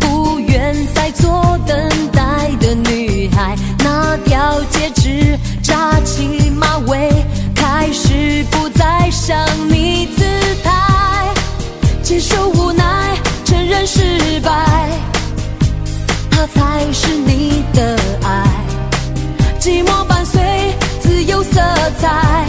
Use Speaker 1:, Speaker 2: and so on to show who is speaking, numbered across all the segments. Speaker 1: 不愿再做等待的女孩。拿掉戒指，扎起马尾，开始不再想你姿态，接受无奈，承认失败，他才是你的爱。寂寞伴随自由色彩。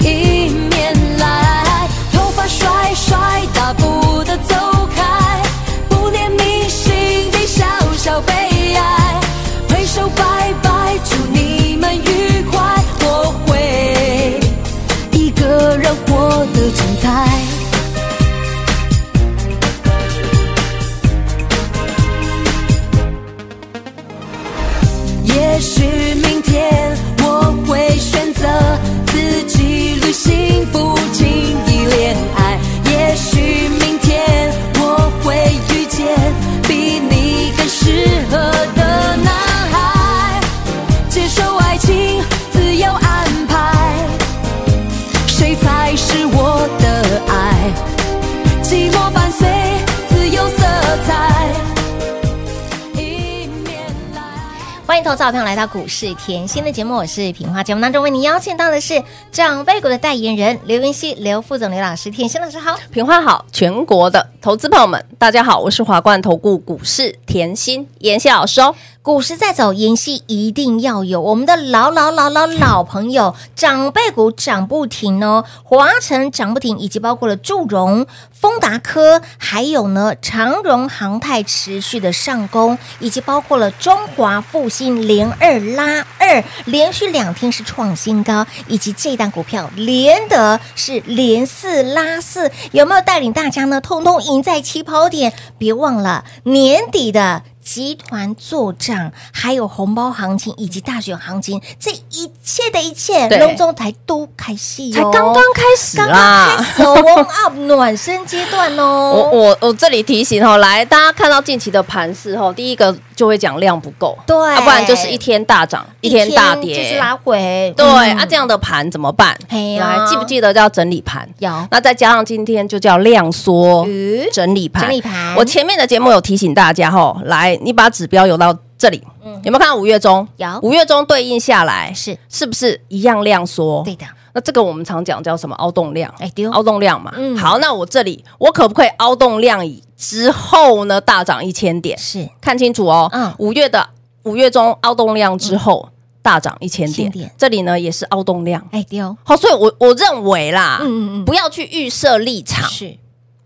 Speaker 1: 迎面来，头发甩甩，大步的走开，不念你心底小小悲哀，挥手拜拜，祝你们愉快，我会一个人活得精彩。也许明天我会选择自己旅行，不经意恋爱。也许明天我会遇见比你更适合的男孩，接受爱情自由安排，谁才是我的爱？寂寞伴随自由色彩，迎面来。
Speaker 2: 欢迎投资好朋友来到股市甜心的节目，我是品花。节目当中为您邀请到的是长辈股的代言人刘云熙、刘副总、刘老师。甜心老师好，
Speaker 3: 平花好，全国的投资朋友们，大家好，我是华冠投顾股市甜心妍希老师哦。
Speaker 2: 股市在走，妍希一定要有我们的老老老老老朋友长辈股涨不停哦，华晨涨不停，以及包括了祝融、丰达科，还有呢长荣航太持续的上攻，以及包括了中华复兴连二拉二，连续两天是创新高，以及这档股票连得是连四拉四，有没有带领大家呢？通通赢在起跑点，别忘了年底的。集团做账，还有红包行情以及大选行情，这一切的一切，
Speaker 3: 对
Speaker 2: 龙中台都开戏、哦，
Speaker 3: 才刚刚开始啊
Speaker 2: 刚刚
Speaker 3: 啦
Speaker 2: 开始哦 warm up 暖身阶段
Speaker 3: 我
Speaker 2: 哦。
Speaker 3: 我我这里提醒哦，来，大家看到近期的盘势后，第一个就会讲量不够，
Speaker 2: 对
Speaker 3: 要、不然就是一天大涨，一天大跌，
Speaker 2: 就是拉回，
Speaker 3: 对、
Speaker 2: 嗯
Speaker 3: 啊，这样的盘怎么办？
Speaker 2: 嘿呀
Speaker 3: 来，记不记得叫整理盘？
Speaker 2: 有
Speaker 3: 那再加上今天就叫量缩哦
Speaker 2: 嗯
Speaker 3: 整理盘。
Speaker 2: 整理盘
Speaker 3: 我前面的节目有提醒大家吼，来，你把指标有到这里，有没有看到五月中？
Speaker 2: 嗯有
Speaker 3: 五月中对应下来
Speaker 2: 是
Speaker 3: 是不是一样量缩？
Speaker 2: 对的，
Speaker 3: 那这个我们常讲叫什么凹动量？
Speaker 2: 哎对哦
Speaker 3: 凹动量嘛。
Speaker 2: 嗯
Speaker 3: 好，那我这里我可不可以凹动量以之后呢大涨一千点？
Speaker 2: 是
Speaker 3: 看清楚哦。
Speaker 2: 嗯
Speaker 3: 五月的五月中凹动量之后、大涨一千
Speaker 2: 1000
Speaker 3: 点，
Speaker 2: 点
Speaker 3: 这里呢也是凹动量。
Speaker 2: 哎丢，
Speaker 3: 好，所以我我认为啦，
Speaker 2: 嗯嗯嗯
Speaker 3: 不要去预设立场，
Speaker 2: 是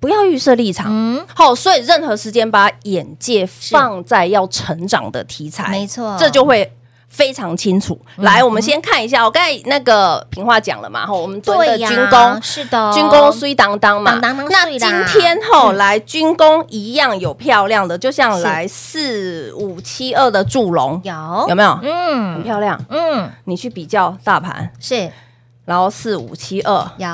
Speaker 3: 不要预设立场。
Speaker 2: 嗯，
Speaker 3: 好，所以任何时间把眼界放在要成长的题材，
Speaker 2: 没错嗯
Speaker 3: 这就会。非常清楚，来，我们先看一下，哦我刚才那个平话讲了嘛，吼，我们昨
Speaker 2: 对
Speaker 3: 天的
Speaker 2: 呀，
Speaker 3: 军工，
Speaker 2: 是的，
Speaker 3: 军工虽当当嘛，
Speaker 2: 当当当
Speaker 3: 那
Speaker 2: 水
Speaker 3: 今
Speaker 2: 啦嗯
Speaker 3: 天后来军工一样有漂亮的，就像来四五七二的祝龙，
Speaker 2: 有
Speaker 3: 有没有？很
Speaker 2: 嗯
Speaker 3: 漂亮。
Speaker 2: 嗯
Speaker 3: 你去比较大盘，
Speaker 2: 是
Speaker 3: 然后四五七二
Speaker 2: 有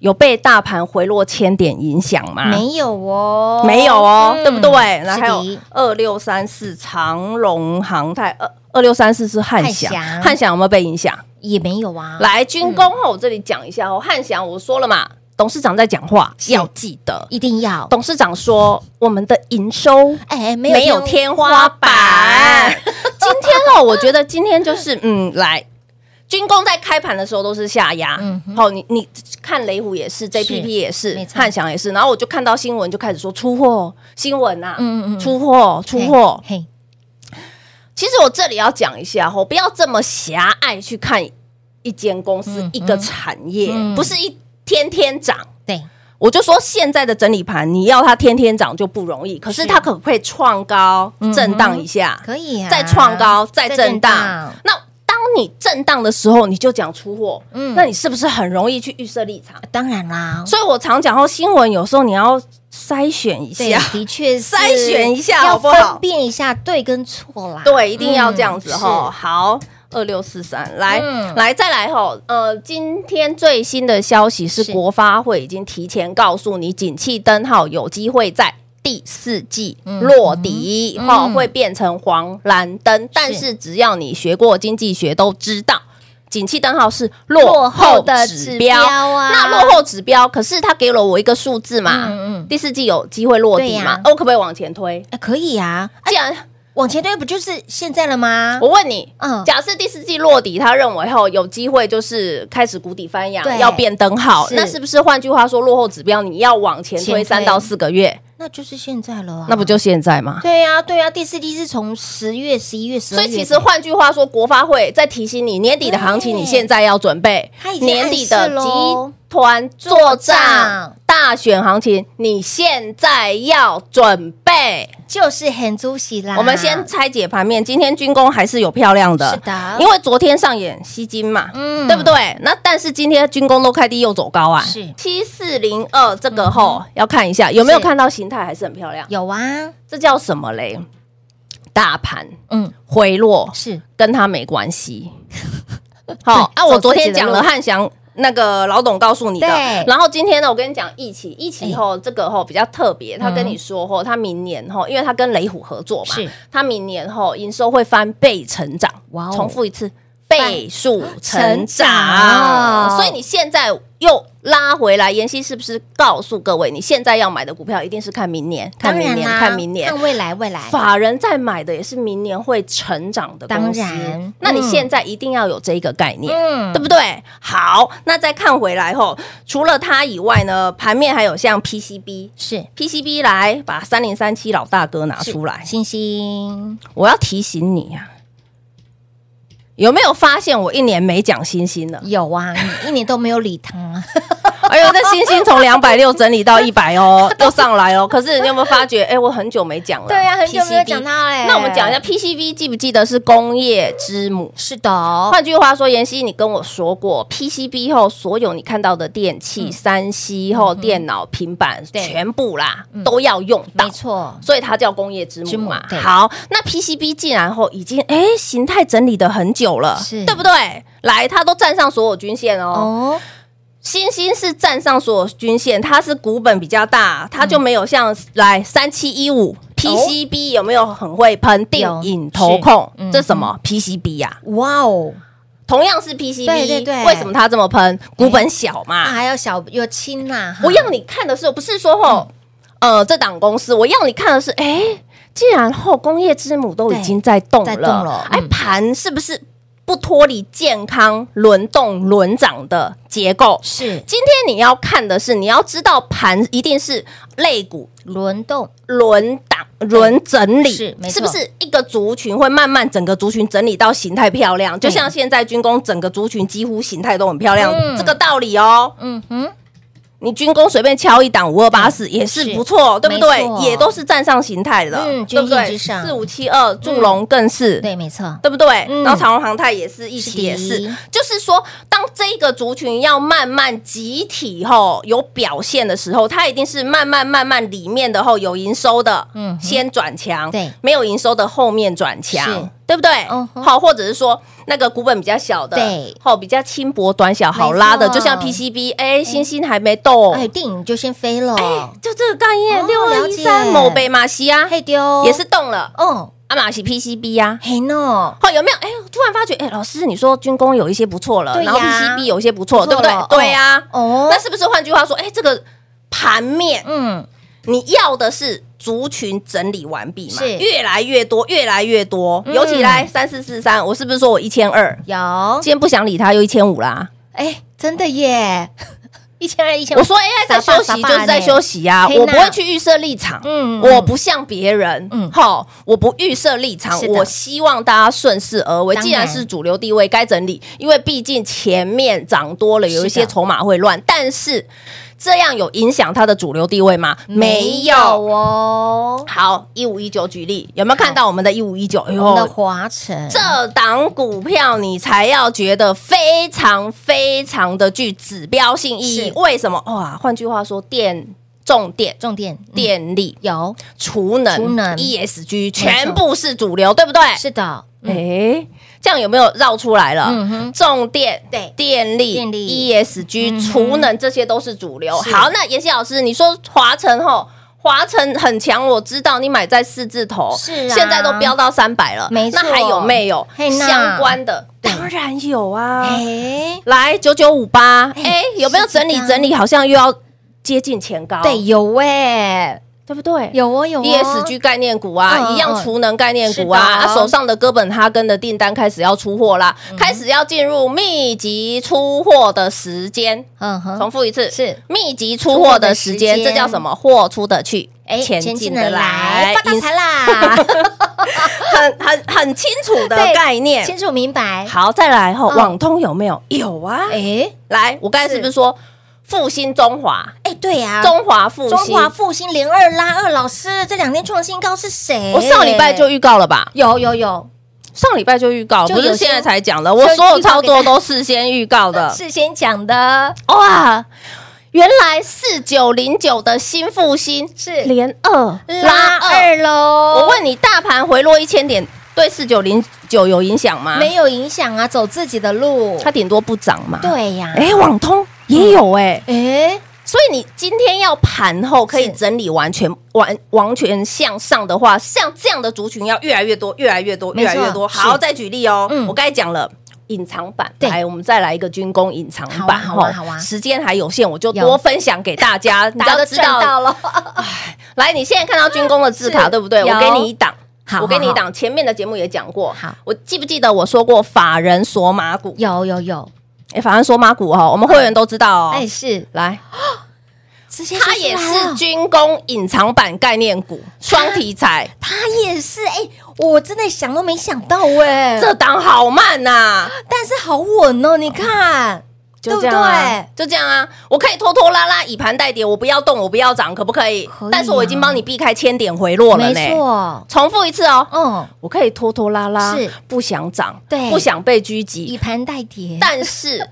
Speaker 3: 有被大盘回落千点影响吗？
Speaker 2: 没有哦？
Speaker 3: 没有哦，
Speaker 2: 嗯
Speaker 3: 对不对？然后
Speaker 2: 是
Speaker 3: 还有
Speaker 2: 的，
Speaker 3: 二六三四长荣航太二。二六三四是汉翔
Speaker 2: 汉翔，
Speaker 3: 汉翔有没有被影响？
Speaker 2: 也没有啊，
Speaker 3: 来军工后，我这里讲一下哦。汉翔我说了嘛，董事长在讲话，
Speaker 2: 是
Speaker 3: 要记得
Speaker 2: 一定要，
Speaker 3: 董事长说，我们的营收
Speaker 2: 哎，没有
Speaker 3: 没有天花板。 今天哦，我觉得今天就是嗯，来。军工在开盘的时候都是下压，
Speaker 2: 嗯
Speaker 3: 嗯
Speaker 2: 哼，
Speaker 3: 好，你你看雷虎也是，JPP 也是
Speaker 2: 没，错
Speaker 3: 汉翔也是，然后我就看到新闻就开始说出货新闻啊，
Speaker 2: 嗯嗯嗯
Speaker 3: 出货出货。
Speaker 2: 嘿，嘿
Speaker 3: 其实我这里要讲一下吼，不要这么狭隘去看一间公司、
Speaker 2: 嗯
Speaker 3: 一个产业，
Speaker 2: 嗯
Speaker 3: 不是一天天涨，
Speaker 2: 对，
Speaker 3: 我就说现在的整理盘，你要它天天涨就不容易，可是它可不可以创高
Speaker 2: 嗯哼、
Speaker 3: 震荡一下，
Speaker 2: 可以啊，
Speaker 3: 再创高、再震荡？那当你震荡的时候，你就讲出货，
Speaker 2: 嗯
Speaker 3: 嗯，那你是不是很容易去预设立场？
Speaker 2: 当然啦，
Speaker 3: 所以我常讲，哦，新闻有时候你要筛选一
Speaker 2: 对
Speaker 3: 下，，
Speaker 2: 的确是
Speaker 3: 筛选一下
Speaker 2: 要
Speaker 3: 好不好
Speaker 2: 分辨一下对跟错啦。
Speaker 3: 对，一定要这样子
Speaker 2: 嗯
Speaker 3: 哈、好，二六四三，来、
Speaker 2: 嗯
Speaker 3: 来再来哈。呃，今天最新的消息是，
Speaker 2: 是
Speaker 3: 国发会已经提前告诉你，景气灯号有机会在。第四季
Speaker 2: 嗯
Speaker 3: 落底
Speaker 2: 嗯
Speaker 3: 哈、
Speaker 2: 嗯
Speaker 3: 会变成黄蓝灯，但是只要你学过经济学，都知道景气灯号是落
Speaker 2: 落后
Speaker 3: 后
Speaker 2: 的指
Speaker 3: 指
Speaker 2: 标
Speaker 3: 标
Speaker 2: 啊
Speaker 3: 那落后指标，可是他给了我一个数字嘛，
Speaker 2: 嗯嗯
Speaker 3: 第四季有机会落
Speaker 2: 对
Speaker 3: 底
Speaker 2: 呀
Speaker 3: 嘛？哦，可不可以往前推？啊
Speaker 2: 哎，可以呀，
Speaker 3: 既然
Speaker 2: 往前推不就是现在了吗
Speaker 3: 我？问你，
Speaker 2: 嗯
Speaker 3: 假设第四季落底，他认为后有机会就是开始谷底翻扬
Speaker 2: 对，
Speaker 3: 要变灯号，
Speaker 2: 是
Speaker 3: 那是不是换句话说，落后指标你要往前
Speaker 2: 前推嗯
Speaker 3: 推三到四个月，
Speaker 2: 那就是现在了啊，
Speaker 3: 那不就现在吗？
Speaker 2: 对呀，对啊呀，第四季是从十月、十一月、十
Speaker 3: 所
Speaker 2: 二月
Speaker 3: 以
Speaker 2: 的，
Speaker 3: 其实换句话说，国发会在提醒你，年底的行情
Speaker 2: 对
Speaker 3: 你现在要准备
Speaker 2: 他已，经
Speaker 3: 年底的
Speaker 2: 暗示咯
Speaker 3: 集团
Speaker 2: 作
Speaker 3: 作
Speaker 2: 战
Speaker 3: 战、大选行情，你现在要准备。
Speaker 2: 就是很主席啦。
Speaker 3: 我们先拆解盘面，今天军工还是有漂亮的，
Speaker 2: 啊是的
Speaker 3: 因为昨天上演吸金嘛，
Speaker 2: 嗯
Speaker 3: 对不对？那但是今天军工都开低又走高啊，
Speaker 2: 是嗯
Speaker 3: 七四零二这个后、要看一下有没有看到形态还是很漂亮，
Speaker 2: 有啊，
Speaker 3: 这叫什么嘞？大盘
Speaker 2: 嗯，
Speaker 3: 回落
Speaker 2: 是
Speaker 3: 跟它没 关系。
Speaker 2: 对
Speaker 3: 好啊，
Speaker 2: 走
Speaker 3: 我昨
Speaker 2: 自己
Speaker 3: 天
Speaker 2: 的
Speaker 3: 讲了
Speaker 2: 路
Speaker 3: 汉翔那个老董告诉你的
Speaker 2: 对，哎
Speaker 3: 然后今天呢，我跟你讲一起一起后这个后比较特别，他跟你说后他明年后，因为他跟雷虎合作嘛
Speaker 2: 嗯是，
Speaker 3: 他明年后营收会翻倍成长。
Speaker 2: 哇哦
Speaker 3: 重复一次。倍数成
Speaker 2: 成长
Speaker 3: 长，所以你现在又拉回来，妍希是不是告诉各位，你现在要买的股票一定是看明年，看
Speaker 2: 当
Speaker 3: 明
Speaker 2: 然
Speaker 3: 年，
Speaker 2: 啦，
Speaker 3: 看明年，
Speaker 2: 看未来，未来
Speaker 3: 法人在买的也是明年会成长的公司
Speaker 2: 当然
Speaker 3: 那你
Speaker 2: 嗯
Speaker 3: 现在一定要有这一个概念，
Speaker 2: 嗯
Speaker 3: 对不对？好，那再看回来后，除了它以外呢，盘面还有像 PCB。
Speaker 2: 是
Speaker 3: PCB 来把三零三七老大哥拿出来，
Speaker 2: 星星？
Speaker 3: 我要提醒你啊，有没有发现我一年没讲星星了
Speaker 2: 有啊，你一年都没有理他啊，
Speaker 3: 哎呦，那星星从两百六整理到一百哦，又上来哦。可是你有没有发觉？哎，我很久没讲了。 欸
Speaker 2: 对啊很久没有
Speaker 3: PCB
Speaker 2: 讲它嘞
Speaker 3: 那我们讲一下
Speaker 2: 哎
Speaker 3: PCB，记不记得是工业之母？
Speaker 2: 是的哦，
Speaker 3: 换句话说，妍希，你跟我说过，PCB 后所有你看到的电器、三 C 后电脑、平板，
Speaker 2: 嗯对嗯
Speaker 3: 全部啦都要用到
Speaker 2: 没。错，
Speaker 3: 所以它叫工业之
Speaker 2: 之
Speaker 3: 母
Speaker 2: 母
Speaker 3: 嘛。
Speaker 2: 对
Speaker 3: 好，那 PCB 进来后已经哎形态整理的很久了，
Speaker 2: 是
Speaker 3: 对不对？来，它都站上所有均线哦。
Speaker 2: 哦，
Speaker 3: 星星是站上所有均线，它是股本比较大，它就没有像、来三七一
Speaker 2: 哦
Speaker 3: 五 PCB 有没有很会喷
Speaker 2: 有
Speaker 3: 定影投控
Speaker 2: 是嗯？
Speaker 3: 这什么 PCB 呀、
Speaker 2: 哇哦，
Speaker 3: 啊同样是 PCB，
Speaker 2: 对对对啊
Speaker 3: 为什么它这么喷？股本小嘛。
Speaker 2: 那还有小有亲呐，哈
Speaker 3: 我要你看的时候，不是说吼，
Speaker 2: 嗯
Speaker 3: 呃，这档公司，我要你看的是，哎，既然后工业之母都已经在动
Speaker 2: 在动了嗯
Speaker 3: 了，哎，盘是不是不脱离健康轮动轮涨的结构？
Speaker 2: 是
Speaker 3: 今天你要看的是，你要知道盘一定是类股
Speaker 2: 轮动，
Speaker 3: 轮档轮整理，
Speaker 2: 是没错
Speaker 3: 不是一个族群会慢慢整个族群整理到形态漂亮？就像现在军工整个族群几乎形态都很漂亮，
Speaker 2: 嗯
Speaker 3: 这个道理哦。
Speaker 2: 嗯哼，嗯
Speaker 3: 你军工随便敲一档五二八四也是
Speaker 2: 是
Speaker 3: 不错，对不
Speaker 2: 没错
Speaker 3: 对？也都是站上形态的，
Speaker 2: 嗯
Speaker 3: 对
Speaker 2: 均
Speaker 3: 不
Speaker 2: 线
Speaker 3: 对？
Speaker 2: 之上
Speaker 3: 四五七二祝融更是。
Speaker 2: 对，没错，
Speaker 3: 对不对？
Speaker 2: 嗯
Speaker 3: 然后长荣航太也是一
Speaker 2: 是
Speaker 3: 起
Speaker 2: 的
Speaker 3: 也是，就是说，当这个族群要慢慢集体后有表现的时候，它一定是慢慢慢慢里面的后有营收的，
Speaker 2: 嗯
Speaker 3: 嗯，
Speaker 2: 哼
Speaker 3: 先转强，
Speaker 2: 对
Speaker 3: 没有营收的后面转
Speaker 2: 是
Speaker 3: 强，对不对
Speaker 2: 嗯？哼
Speaker 3: 好，或者是说那个股本比较小的，
Speaker 2: 对
Speaker 3: 后比较轻薄短小好拉的，
Speaker 2: 没错
Speaker 3: 就像 PCB，哎，星星还没动，哎
Speaker 2: 哎，电影就先飞了，
Speaker 3: 就这个概念，
Speaker 2: 哦
Speaker 3: 六
Speaker 2: 了
Speaker 3: 二一
Speaker 2: 解
Speaker 3: 三某北马西啊，
Speaker 2: 嘿丢，
Speaker 3: 也是，动了，
Speaker 2: 哦，
Speaker 3: 阿马西 PCB 呀、啊。
Speaker 2: 嘿 no，
Speaker 3: 哦，有没有？哎，突然发觉，哎，老师，你说军工有一些不错了，
Speaker 2: 对呀
Speaker 3: 然后 PCB 有一些不错，对不对
Speaker 2: 做了？
Speaker 3: 对呀、
Speaker 2: 哦，
Speaker 3: 那是不是换句话说，哎，这个盘面
Speaker 2: 嗯，
Speaker 3: 你要的是族群整理完毕嘛？
Speaker 2: 是嗯
Speaker 3: 越来越多，越来越多。尤其来三四四三，我是不是说我一千二？
Speaker 2: 有，
Speaker 3: 今天不想理他，又一千五啦。
Speaker 2: 哎，真的耶， 一千二，一千，
Speaker 3: 我说 AI 在休
Speaker 2: 傻
Speaker 3: 息
Speaker 2: 爸
Speaker 3: 就是在休息啊，
Speaker 2: 傻爸呢
Speaker 3: 我不会去预设立场，
Speaker 2: 嗯
Speaker 3: 嗯，我不像别人，
Speaker 2: 嗯
Speaker 3: 嗯，好，我不预设立场
Speaker 2: 是，的
Speaker 3: 我希望大家顺势而为。
Speaker 2: 当然
Speaker 3: 既然是主流地位，该整理，因为毕竟前面涨多了，有一
Speaker 2: 是
Speaker 3: 些
Speaker 2: 的
Speaker 3: 筹码会乱，但是这样有影响它的主流地位吗？没有。
Speaker 2: 哦，
Speaker 3: 好，一五一九举例，有没有看到我们的一五一九？哎
Speaker 2: 我们的
Speaker 3: 呦，
Speaker 2: 华晨
Speaker 3: 这档股票你才要觉得非常非常的具指标性意义
Speaker 2: 是。
Speaker 3: 为什么？哇，换句话说，电重电、
Speaker 2: 重点点
Speaker 3: 电力、
Speaker 2: 有
Speaker 3: 储能、
Speaker 2: 嗯储能
Speaker 3: ESG 全部是主流，对不对？
Speaker 2: 是的，
Speaker 3: 哎、
Speaker 2: 嗯，
Speaker 3: 这样有没有绕出来了？
Speaker 2: 嗯哼
Speaker 3: 重电、
Speaker 2: 对
Speaker 3: 电力、
Speaker 2: 电力
Speaker 3: ESG、
Speaker 2: 嗯哼
Speaker 3: 储能这些都是主流。
Speaker 2: 是
Speaker 3: 好，那妍希老师，你说华晨后，华晨很强，我知道你买在四字头，
Speaker 2: 是啊
Speaker 3: 现在都飙到三百了，
Speaker 2: 没错
Speaker 3: 那还有没有
Speaker 2: 嘿那
Speaker 3: 相关的？当然有啊。
Speaker 2: 哎，
Speaker 3: 来九九五八，哎，有没有
Speaker 2: 是的
Speaker 3: 整理整理？好像又要接近前高，
Speaker 2: 对，有哎，
Speaker 3: 对不对？
Speaker 2: 有哦，有哦
Speaker 3: ESG 概念股
Speaker 2: 嗯
Speaker 3: 啊，
Speaker 2: 嗯
Speaker 3: 一样储能概念股啊，
Speaker 2: 是的嗯
Speaker 3: 啊手上的哥本哈根的订单开始要出货啦，开始要进入密集出货的时间。
Speaker 2: 嗯哼，
Speaker 3: 重复一次，
Speaker 2: 是
Speaker 3: 密集出货的时
Speaker 2: 出货的时
Speaker 3: 间，
Speaker 2: 间
Speaker 3: 这叫什么？货出的去，
Speaker 2: 哎，
Speaker 3: 前
Speaker 2: 前
Speaker 3: 进
Speaker 2: 进
Speaker 3: 的
Speaker 2: 的来，
Speaker 3: 来
Speaker 2: 发，大财啦，
Speaker 3: 很很很清楚 的
Speaker 2: 对
Speaker 3: 概念。
Speaker 2: 清楚明白，
Speaker 3: 好，再来后，
Speaker 2: 嗯
Speaker 3: 网通有没有？有啊。
Speaker 2: 哎
Speaker 3: 来，我刚才是不
Speaker 2: 是
Speaker 3: 是说复兴中华？
Speaker 2: 哎，对呀，
Speaker 3: 啊中华复
Speaker 2: 中
Speaker 3: 兴，
Speaker 2: 华复兴零二拉二老师这两天创新高是谁？
Speaker 3: 我上礼拜就预告了吧？
Speaker 2: 有有有
Speaker 3: 上礼拜就预告，
Speaker 2: 就
Speaker 3: 不
Speaker 2: 有
Speaker 3: 是
Speaker 2: 些
Speaker 3: 现在才讲的。
Speaker 2: 就
Speaker 3: 我所有
Speaker 2: 预告
Speaker 3: 操
Speaker 2: 给大
Speaker 3: 作都事先预告 的。
Speaker 2: 事先讲的，
Speaker 3: 哇，原来四九零九的新复兴
Speaker 2: 是
Speaker 3: 连二
Speaker 2: 拉二。喽。
Speaker 3: 我问你，大盘回落一千点，对四九零九有影响吗？
Speaker 2: 没，有影响啊，走自己的路。
Speaker 3: 它顶多不涨嘛。，
Speaker 2: 对啊呀，
Speaker 3: 哎，网通也有哎，
Speaker 2: 哎，
Speaker 3: 所以你今天要盘后可以
Speaker 2: 是
Speaker 3: 整理完全完完全向上的话，像这样的族群要越来越多，越来越多，
Speaker 2: 没
Speaker 3: 越
Speaker 2: 错
Speaker 3: 来越多。
Speaker 2: 是
Speaker 3: 好，再举例哦，
Speaker 2: 嗯
Speaker 3: 我刚才讲了。隐藏版，
Speaker 2: 对
Speaker 3: 来，我们再来一个军工隐藏版，
Speaker 2: 好啊好啊
Speaker 3: 吼
Speaker 2: 好啊
Speaker 3: 时间还有限，我就
Speaker 2: 有
Speaker 3: 多分享给大家，你
Speaker 2: 大
Speaker 3: 只
Speaker 2: 家
Speaker 3: 要
Speaker 2: 都
Speaker 3: 知
Speaker 2: 赚
Speaker 3: 道。
Speaker 2: 到了，
Speaker 3: 来，你现在看到军工的字卡，
Speaker 2: 是
Speaker 3: 对不对？
Speaker 2: 有
Speaker 3: 我给你一档，
Speaker 2: 好
Speaker 3: 我给
Speaker 2: 好
Speaker 3: 你一
Speaker 2: 好
Speaker 3: 档。前面的节目也讲过，
Speaker 2: 好
Speaker 3: 我记不记得我说过法人索马股？
Speaker 2: 有有有，
Speaker 3: 哎，法人索马股哦，我们会员都知道哦。
Speaker 2: 哎是，
Speaker 3: 来，
Speaker 2: 直接
Speaker 3: 它
Speaker 2: 说出
Speaker 3: 也
Speaker 2: 来
Speaker 3: 是
Speaker 2: 了，
Speaker 3: 军工隐藏版概念股，
Speaker 2: 啊
Speaker 3: 双题材，
Speaker 2: 他也是，哎，我真的想都没想到哎，
Speaker 3: 这档好慢呐、
Speaker 2: 但是好稳哦，你看，对不
Speaker 3: 这样啊
Speaker 2: 对？
Speaker 3: 就这样啊！我可以拖拖拉拉以盘代跌，我不要动，我不要涨，可不可以？
Speaker 2: 可以啊
Speaker 3: 但是我已经帮你避开千点回落了呢。
Speaker 2: 没，错，
Speaker 3: 重复一次哦，
Speaker 2: 嗯，
Speaker 3: 我可以拖拖拉拉，
Speaker 2: 是
Speaker 3: 不想涨，
Speaker 2: 对
Speaker 3: 不想被狙
Speaker 2: 以
Speaker 3: 击，
Speaker 2: 盘代跌，
Speaker 3: 但是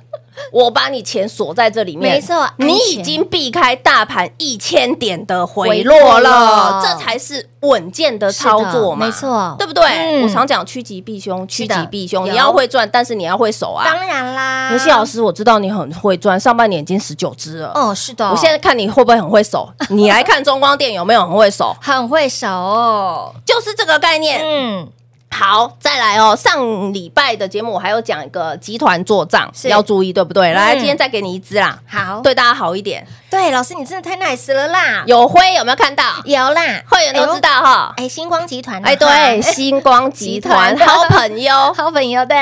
Speaker 3: 我把你钱锁在这里面，
Speaker 2: 没错
Speaker 3: 你
Speaker 2: 安全
Speaker 3: 已经避开大盘一千点的回
Speaker 2: 回
Speaker 3: 落
Speaker 2: 落
Speaker 3: 了
Speaker 2: 了，
Speaker 3: 这才是稳健的
Speaker 2: 是的
Speaker 3: 操作嘛，
Speaker 2: 没错
Speaker 3: 对不对？
Speaker 2: 嗯
Speaker 3: 我常讲趋吉避凶，趋吉
Speaker 2: 的
Speaker 3: 避凶，
Speaker 2: 有
Speaker 3: 你要会赚，但是你要会守啊。
Speaker 2: 当然啦，
Speaker 3: 尤戏老师，我知道你很会赚，上半年已经十九只了。
Speaker 2: 哦，是的，
Speaker 3: 我现在看你会不会很会守，你来看中光电有没有很会守，
Speaker 2: 很会手哦，
Speaker 3: 就是这个概念。
Speaker 2: 嗯，
Speaker 3: 好，再来哦。上礼拜的节目我还有讲一个集团做账
Speaker 2: 是
Speaker 3: 要注意，对不对？来，
Speaker 2: 嗯
Speaker 3: 今天再给你一支啦，
Speaker 2: 好，
Speaker 3: 对大家好一点。
Speaker 2: 对，老师你真的太 nice 了啦，
Speaker 3: 啊有灰有没有看到？
Speaker 2: 有啦，
Speaker 3: 会员都知道哈。
Speaker 2: 哎呦，哎，星光集团啊，
Speaker 3: 哎，对， 星光 集团
Speaker 2: 集团
Speaker 3: 好朋友，
Speaker 2: 好朋友对，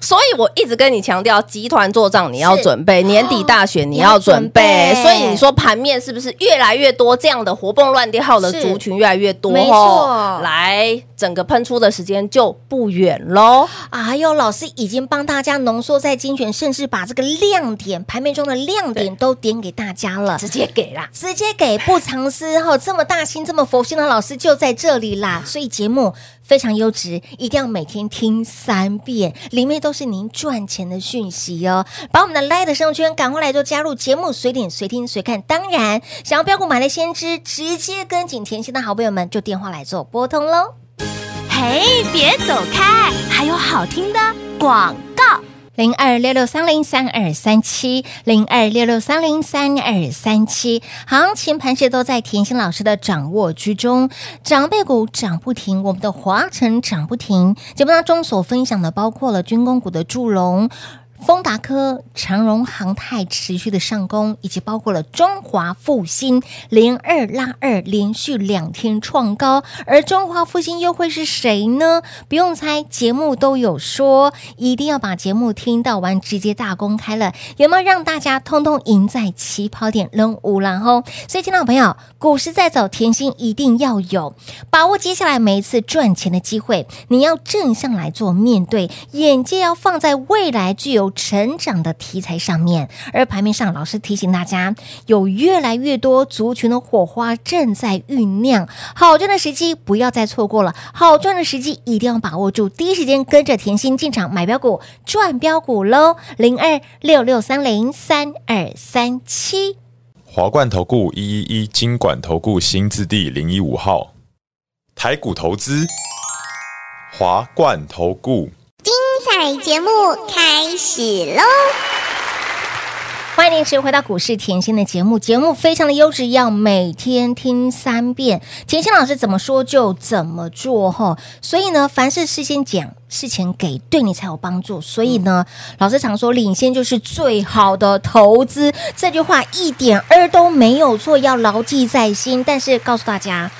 Speaker 3: 所以我一直跟你强调，集团做账你要准备，年底大选你要准
Speaker 2: 你
Speaker 3: 备
Speaker 2: 要准备，
Speaker 3: 所以你说盘面是不是越来越多这样的活蹦乱跳的
Speaker 2: 是
Speaker 3: 族群越来越多？
Speaker 2: 没错
Speaker 3: 来，整个喷出的时间就不远喽。
Speaker 2: 哎呦，老师已经帮大家浓缩在精选，甚至把这个亮点盘面中的亮点都点给大家了。
Speaker 3: 直接给啦，
Speaker 2: 直接给不藏私哈、这么大心、这么佛心的老师就在这里啦，所以节目非常优质，一定要每天听三遍，里面都是您赚钱的讯息哦。把我们的 Light 生圈赶快来做加入节目，随点随听随看。当然，想要标股买来先知，直接跟紧甜心的好朋友们就电话来做拨通喽。
Speaker 4: 嘿，别走开，还有好听的广告。
Speaker 2: 零二六六三零三二三七，零二六六三零三二三七，行情盘势都在甜心老师的掌握之中。长辈股涨不停，我们的华晨涨不停。节目当中所分享的包括了军工股的祝融。丰达科、长荣航太持续的上攻，以及包括了中华复兴零二拉二连续两天创高，而中华复兴又会是谁呢？不用猜，节目都有说，一定要把节目听到完，直接大公开了，有没有让大家通通赢在起跑点扔五然后？所以，听到朋友，股市在走，甜心一定要有把握接下来每一次赚钱的机会，你要正向来做面对，眼界要放在未来具有有成长的题材上面。而盘面上，老师提醒大家，有越来越多族群的火花正在酝酿，好赚的时机不要再错过了，好赚的时机一定要把握住，第一时间跟着甜心进场买标股、赚标股喽！零二六六三零三二三七。
Speaker 5: 华冠投顾一一一金管投顾新字第零一五号，台股投资，华冠投顾。
Speaker 6: 彩节目开始喽！
Speaker 2: 欢迎您持续回到股市甜心的节目，节目非常的优质，要每天听三遍。甜心老师怎么说就怎么做哈，所以呢，凡事事先讲，事前给，对你才有帮助。所以呢，老师常说，领先就是最好的投资，这句话一点儿都没有错，要牢记在心。但是告诉大家。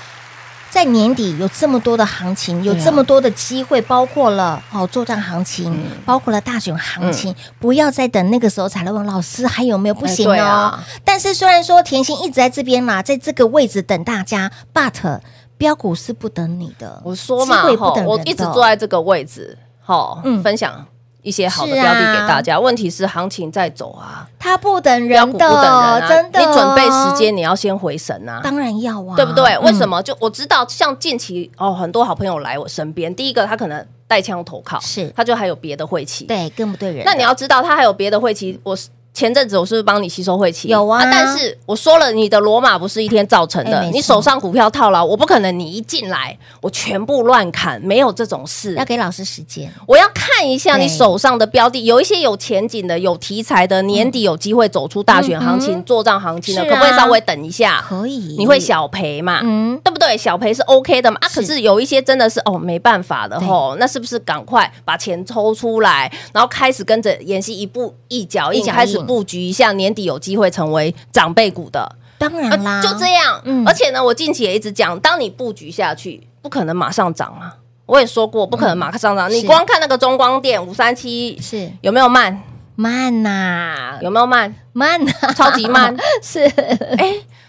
Speaker 2: 在年底有这么多的行情，
Speaker 3: 啊
Speaker 2: 有这么多的机会，包括了哦，作战行情，
Speaker 3: 嗯
Speaker 2: 包括了大选行情，不要再等那个时候才来问老师还有没有，不行
Speaker 3: 哎对
Speaker 2: 哦。
Speaker 3: 啊
Speaker 2: 但是虽然说甜心一直在这边嘛，在这个位置等大家，but 标股是不等你的，
Speaker 3: 我说嘛
Speaker 2: 机会，不
Speaker 3: 吼
Speaker 2: 等人的
Speaker 3: 我一直坐在这个位置，吼，
Speaker 2: 嗯
Speaker 3: 分享一些好的
Speaker 2: 是
Speaker 3: 标
Speaker 2: 啊
Speaker 3: 的给大家。问题是行情在走啊，
Speaker 2: 它不等
Speaker 3: 标
Speaker 2: 人
Speaker 3: 股
Speaker 2: 的，
Speaker 3: 不等人啊，
Speaker 2: 真的，
Speaker 3: 你准备时，间你要先回神啊。
Speaker 2: 当然要啊，
Speaker 3: 对不对？为什
Speaker 2: 么？
Speaker 3: 么？就我知道，像近期哦，很多好朋友来我身边，第一个他可能带枪投靠，
Speaker 2: 是
Speaker 3: 他就还有别的晦气。，
Speaker 2: 对，更不对人的。
Speaker 3: 那你要知道，他还有别的晦气。我是前阵子我是不是帮你吸收晦气？
Speaker 2: 有啊
Speaker 3: 但是我说了，你的罗马不是一天造成的，
Speaker 2: 哎没错
Speaker 3: 你手上股票套牢，我不可能你一进来我全部乱砍，没有这种事
Speaker 2: 要。给老师时间，
Speaker 3: 我要看一下
Speaker 2: 对
Speaker 3: 你手上的标的，有一些有前景的、有题材的，年底有机会走出大选行情、做账行情的，
Speaker 2: 嗯是啊
Speaker 3: 可不可以稍微等一下？
Speaker 2: 可以，
Speaker 3: 你会，小赔嘛？
Speaker 2: 嗯，
Speaker 3: 对不对？小赔是 OK 的嘛？啊，
Speaker 2: 是
Speaker 3: 可是有一些真的是哦，没办法的吼，那是不是赶快把钱抽出来，然后开始跟着妍希一步一脚
Speaker 2: 一
Speaker 3: 印
Speaker 2: 脚印
Speaker 3: 开始布局一下，年底有机会成为长辈股的，呃
Speaker 2: 当然啦，
Speaker 3: 啊就这样。
Speaker 2: 嗯
Speaker 3: 而且呢，我近期也一直讲，当你布局下去，不可能马上涨啊。我也说过，不可能马上涨。
Speaker 2: 嗯是
Speaker 3: 你光看那个中光电五三七
Speaker 2: 是
Speaker 3: 有没有慢？
Speaker 2: 慢呐、
Speaker 3: 有没 有慢？
Speaker 2: 慢呐、
Speaker 3: 超级慢，
Speaker 2: 是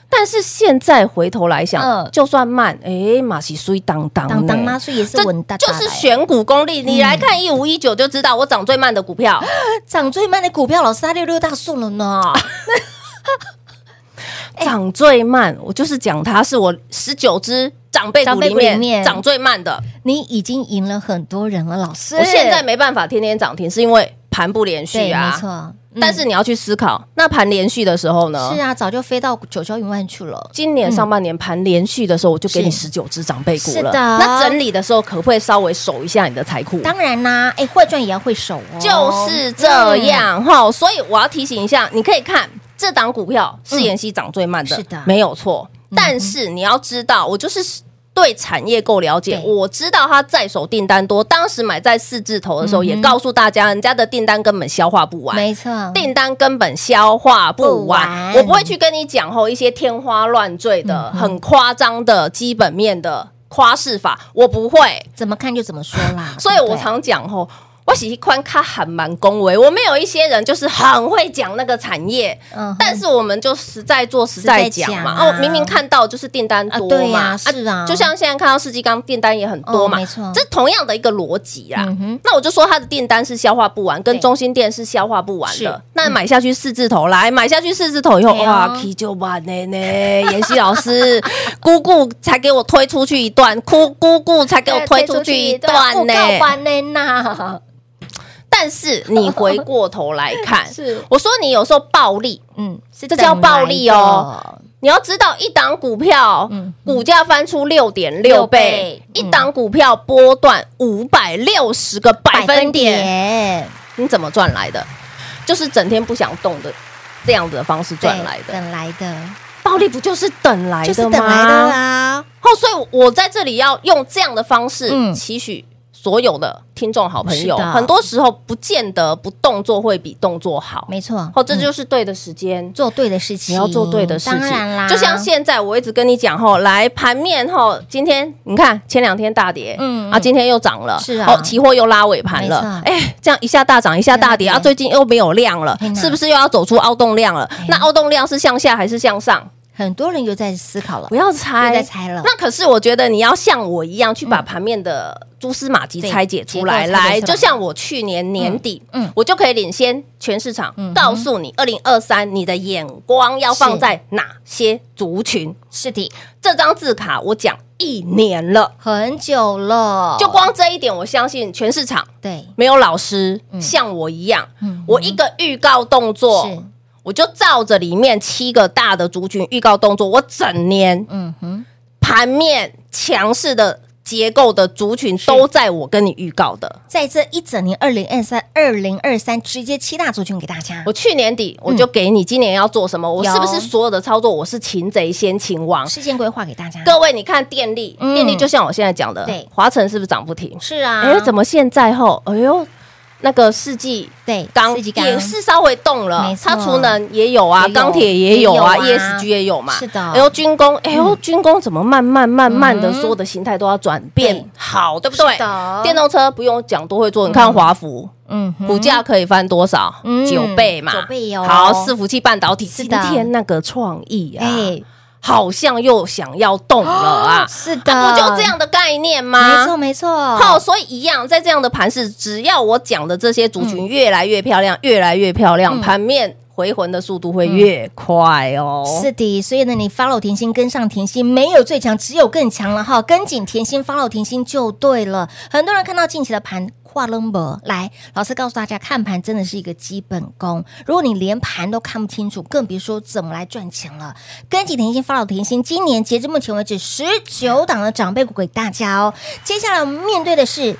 Speaker 3: 但是现在回头来想，
Speaker 2: 嗯
Speaker 3: 就算慢，哎，马西虽当当
Speaker 2: 当当
Speaker 3: 呢
Speaker 2: 妈，所以也是
Speaker 3: 这
Speaker 2: 稳当，
Speaker 3: 就是选股功力。
Speaker 2: 嗯
Speaker 3: 你来看一五一九就知道，我涨最慢的股票，
Speaker 2: 涨哎最慢的股票，老师他六六大顺了呢。
Speaker 3: 啊
Speaker 2: 哎
Speaker 3: 涨最慢，我就是讲它是我十九只长辈
Speaker 2: 长
Speaker 3: 股
Speaker 2: 辈
Speaker 3: 里
Speaker 2: 股里面
Speaker 3: 面涨最慢的。
Speaker 2: 你已经赢了很多人了，老师。
Speaker 3: 我现在没办法天天涨停，是因为盘不连续
Speaker 2: 对，没
Speaker 3: 啊
Speaker 2: 错。。嗯
Speaker 3: 但是你要去思考，那盘连续的时候呢？
Speaker 2: 是啊，早就飞到九霄云外去了。
Speaker 3: 今年上半年盘连续的时候，我就给你
Speaker 2: 是
Speaker 3: 十九只长辈股
Speaker 2: 是
Speaker 3: 了。
Speaker 2: 的
Speaker 3: 那整理的时候，可不可以稍微守一下你的财库？
Speaker 2: 当然啦，哎，换赚也要会手哦。
Speaker 3: 嗯就是这样哈、
Speaker 2: 嗯
Speaker 3: 吼所以我要提醒一下，你可以看这档股票是妍希涨最慢的，
Speaker 2: 是的嗯
Speaker 3: 没有错。但是你要知道，我就是对产业够了解，
Speaker 2: 对
Speaker 3: 我知道它在手订单多。当时买在四字头的时候，也告诉大家，人家的订单根本消化不
Speaker 2: 嗯，
Speaker 3: 完。
Speaker 2: 没错。
Speaker 3: 订单根本消化
Speaker 2: 不
Speaker 3: 不完，
Speaker 2: 完嗯
Speaker 3: 我不会去跟你讲吼一些天花乱坠的、很夸张的基本面的夸饰法，我不会。。
Speaker 2: 怎么看就怎么说啦
Speaker 3: 所以
Speaker 2: 对
Speaker 3: 我
Speaker 2: 不对
Speaker 3: 常讲吼，我喜欢看喊蛮恭维。我们有一些人就是很会讲那个产业，
Speaker 2: 嗯哼
Speaker 3: 但是我们就实在做实在讲嘛。
Speaker 2: 实在讲啊
Speaker 3: 哦，明明看到就是订单
Speaker 2: 啊
Speaker 3: 多
Speaker 2: 对
Speaker 3: 嘛，
Speaker 2: 呀是啊
Speaker 3: 就像现在看到世纪刚订单也很多嘛，
Speaker 2: 哦没错
Speaker 3: 这同样的一个逻辑啊。
Speaker 2: 嗯哼
Speaker 3: 那我就说它的订单是消化不完，跟
Speaker 2: 对
Speaker 3: 中心店是消化不完
Speaker 2: 是
Speaker 3: 的。那买下去四字头来，买下去四字头以后，
Speaker 2: 对啊
Speaker 3: 哇，K 就完了呢。 妍希老师，姑姑才给我推出去一段，姑姑姑才给我推出去一段呢、
Speaker 2: 啊不够完呢呐。，
Speaker 3: 但是你回过头来 看
Speaker 2: 是
Speaker 3: 我说你有时候暴利，
Speaker 2: 嗯，是
Speaker 3: 这叫
Speaker 2: 等来
Speaker 3: 暴利哦你要知道一档股票、股价翻出六点
Speaker 2: 嗯
Speaker 3: 六
Speaker 2: 六
Speaker 3: 倍
Speaker 2: 倍，嗯
Speaker 3: 一档股票波段五百六十个
Speaker 2: 的，
Speaker 3: 百分点，
Speaker 2: 点
Speaker 3: 你怎么赚来的？就是整天不想动的这样子的方式赚
Speaker 2: 对
Speaker 3: 来的。
Speaker 2: 等来的，
Speaker 3: 暴利不就是等来的
Speaker 2: 就
Speaker 3: 吗？
Speaker 2: 是等来的啊啦。
Speaker 3: 哦，所以我在这里要用这样的方式
Speaker 2: 嗯
Speaker 3: 期许所有的听众好朋友
Speaker 2: 是的。
Speaker 3: 很多时候不见得不动作会比动作好，
Speaker 2: 没错，嗯
Speaker 3: 哦，这就是对的时间。
Speaker 2: 做对的事情，
Speaker 3: 你要做对的事情，
Speaker 2: 当然啦，
Speaker 3: 就像现在我一直跟你讲吼，来盘面吼，今天你看前两天大跌，
Speaker 2: 嗯
Speaker 3: 嗯啊，今天又涨了，
Speaker 2: 是啊
Speaker 3: 哦，期货又拉尾盘了，
Speaker 2: 没
Speaker 3: 哎，这样一下大涨一下大跌
Speaker 2: 大跌
Speaker 3: 啊，最近又没有量了
Speaker 2: 天，哪
Speaker 3: 是不是又要走出凹动量了
Speaker 2: 哎？
Speaker 3: 那凹动量是向下还是向上？
Speaker 2: 很多人又在思考了
Speaker 3: 不，要
Speaker 2: 又
Speaker 3: 猜，
Speaker 2: 在猜了。
Speaker 3: 那可是我觉得你要像我一样去把盘面的蛛丝马迹
Speaker 2: 嗯对
Speaker 3: 拆解出来，
Speaker 2: 结构拆解
Speaker 3: 来，
Speaker 2: 出来
Speaker 3: 就像我去年年底，
Speaker 2: 嗯嗯
Speaker 3: 我就可以领先全市场，告诉你二零二三你的眼光要放在哪些族群。
Speaker 2: 是的，
Speaker 3: 这张字卡我讲一年了，
Speaker 2: 很久了，
Speaker 3: 就光这一点，我相信全市场
Speaker 2: 对，
Speaker 3: 没有老师像我一样，我一个预告动
Speaker 2: 嗯是
Speaker 3: 作。，我就照着里面七个大的族群预告动作，我整年
Speaker 2: 嗯哼，
Speaker 3: 盘面强势的结构的族群都在我跟你预告的。
Speaker 2: 在这一整年二零二三、二零二三，直接七大族群给大家
Speaker 3: 我，去年底我就给你今年要做什么，我
Speaker 2: 嗯有
Speaker 3: 是不是所有的操作我是擒贼先擒王？
Speaker 2: 事件规划给大家。
Speaker 3: 各位，你看电力，
Speaker 2: 嗯
Speaker 3: 电力就像我现在讲的，
Speaker 2: 对
Speaker 3: 华晨是不是涨不停？
Speaker 2: 是啊，
Speaker 3: 哎，怎么现在后，哎呦，那个世纪
Speaker 2: 对？
Speaker 3: 钢
Speaker 2: 刺激感
Speaker 3: 也是稍微动了
Speaker 2: 没，错
Speaker 3: 它储能也有啊
Speaker 2: 也，有
Speaker 3: 钢铁也有啊
Speaker 2: 也有啊
Speaker 3: ，ESG 也有嘛。
Speaker 2: 是的
Speaker 3: 哎呦，军工，哎呦，军工怎么慢慢慢慢的
Speaker 2: 嗯
Speaker 3: 所有的形态都要转变
Speaker 2: 对
Speaker 3: 好，对不对
Speaker 2: 是的？
Speaker 3: 电动车不用讲都会做，你看华孚。
Speaker 2: 嗯哼，
Speaker 3: 股价可以翻多少
Speaker 2: 嗯？
Speaker 3: 九倍嘛，
Speaker 2: 九倍哟
Speaker 3: 好，伺服器半导体，
Speaker 2: 是
Speaker 3: 今
Speaker 2: 的
Speaker 3: 天那个创意啊，
Speaker 2: 哎，
Speaker 3: 好像又想要动了啊，
Speaker 2: 是的，
Speaker 3: 啊不就这样的概念吗？
Speaker 2: 没错没错，
Speaker 3: 好，所以一样，在这样的盘势，只要我讲的这些族群越来越漂亮，越来越漂亮，盘面回魂的速度会越快哦。
Speaker 2: 是的，所以呢，你 follow 甜心，跟上甜心，没有最强，只有更强了哈。跟紧甜心，follow 甜心就对了。很多人看到近期的盘跨 number，来，老师告诉大家，看盘真的是一个基本功。如果你连盘都看不清楚，更别说怎么来赚钱了。跟紧甜心，follow 甜心，今年截至目前为止，十九档的长辈股给大家哦。接下来我们面对的是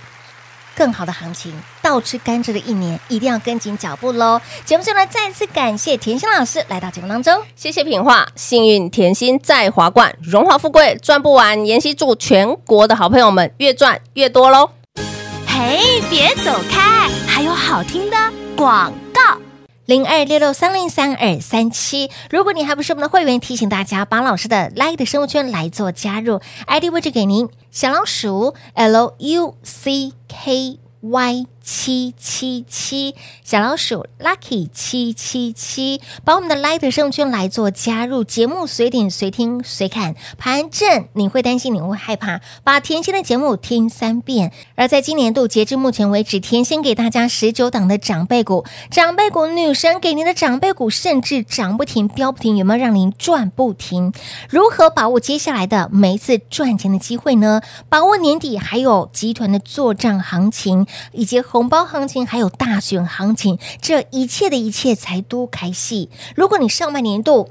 Speaker 2: 更好的行情，倒吃甘蔗的一年，一定要跟紧脚步喽。节目最后呢，再次感谢甜心老师来到节目当中。
Speaker 3: 谢谢品画，幸运甜心在华冠，荣华富贵赚不完。妍希祝全国的好朋友们越赚越多喽！
Speaker 4: 嘿，别走开，还有好听的广告。
Speaker 2: 零二六六三零三二三七。如果你还不是我们的会员，提醒大家把老师的 Light 生物圈来做加入，ID 位置给您小老鼠 L U C K。Y 七七七小老鼠 Lucky 七七七，把我们的 Light 生物圈来做加入，节目随点随听随看，盘正你会担心，你会害怕，把甜心的节目听三遍。而在今年度截至目前为止，甜心给大家十九档的长辈股，长辈股女神给您的长辈股，甚至涨不停、飙不停，有没有让您赚不停？如何把握接下来的每一次赚钱的机会呢？把握年底还有集团的作战行情，以及红包行情，还有大选行情，这一切的一切才多开戏。如果你上半年度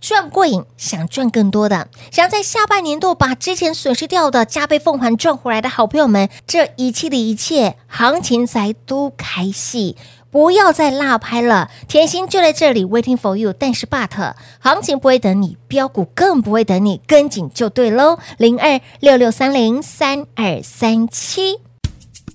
Speaker 2: 赚不过瘾，想赚更多的，想在下半年度把之前损失掉的加倍奉还赚回来的好朋友们，这一切的一切，行情才都开戏。不要再落拍了，甜心就在这里 waiting for you。但是 but 行情不会等你，标股更不会等你，跟紧就对喽。零二六六三零三二三七。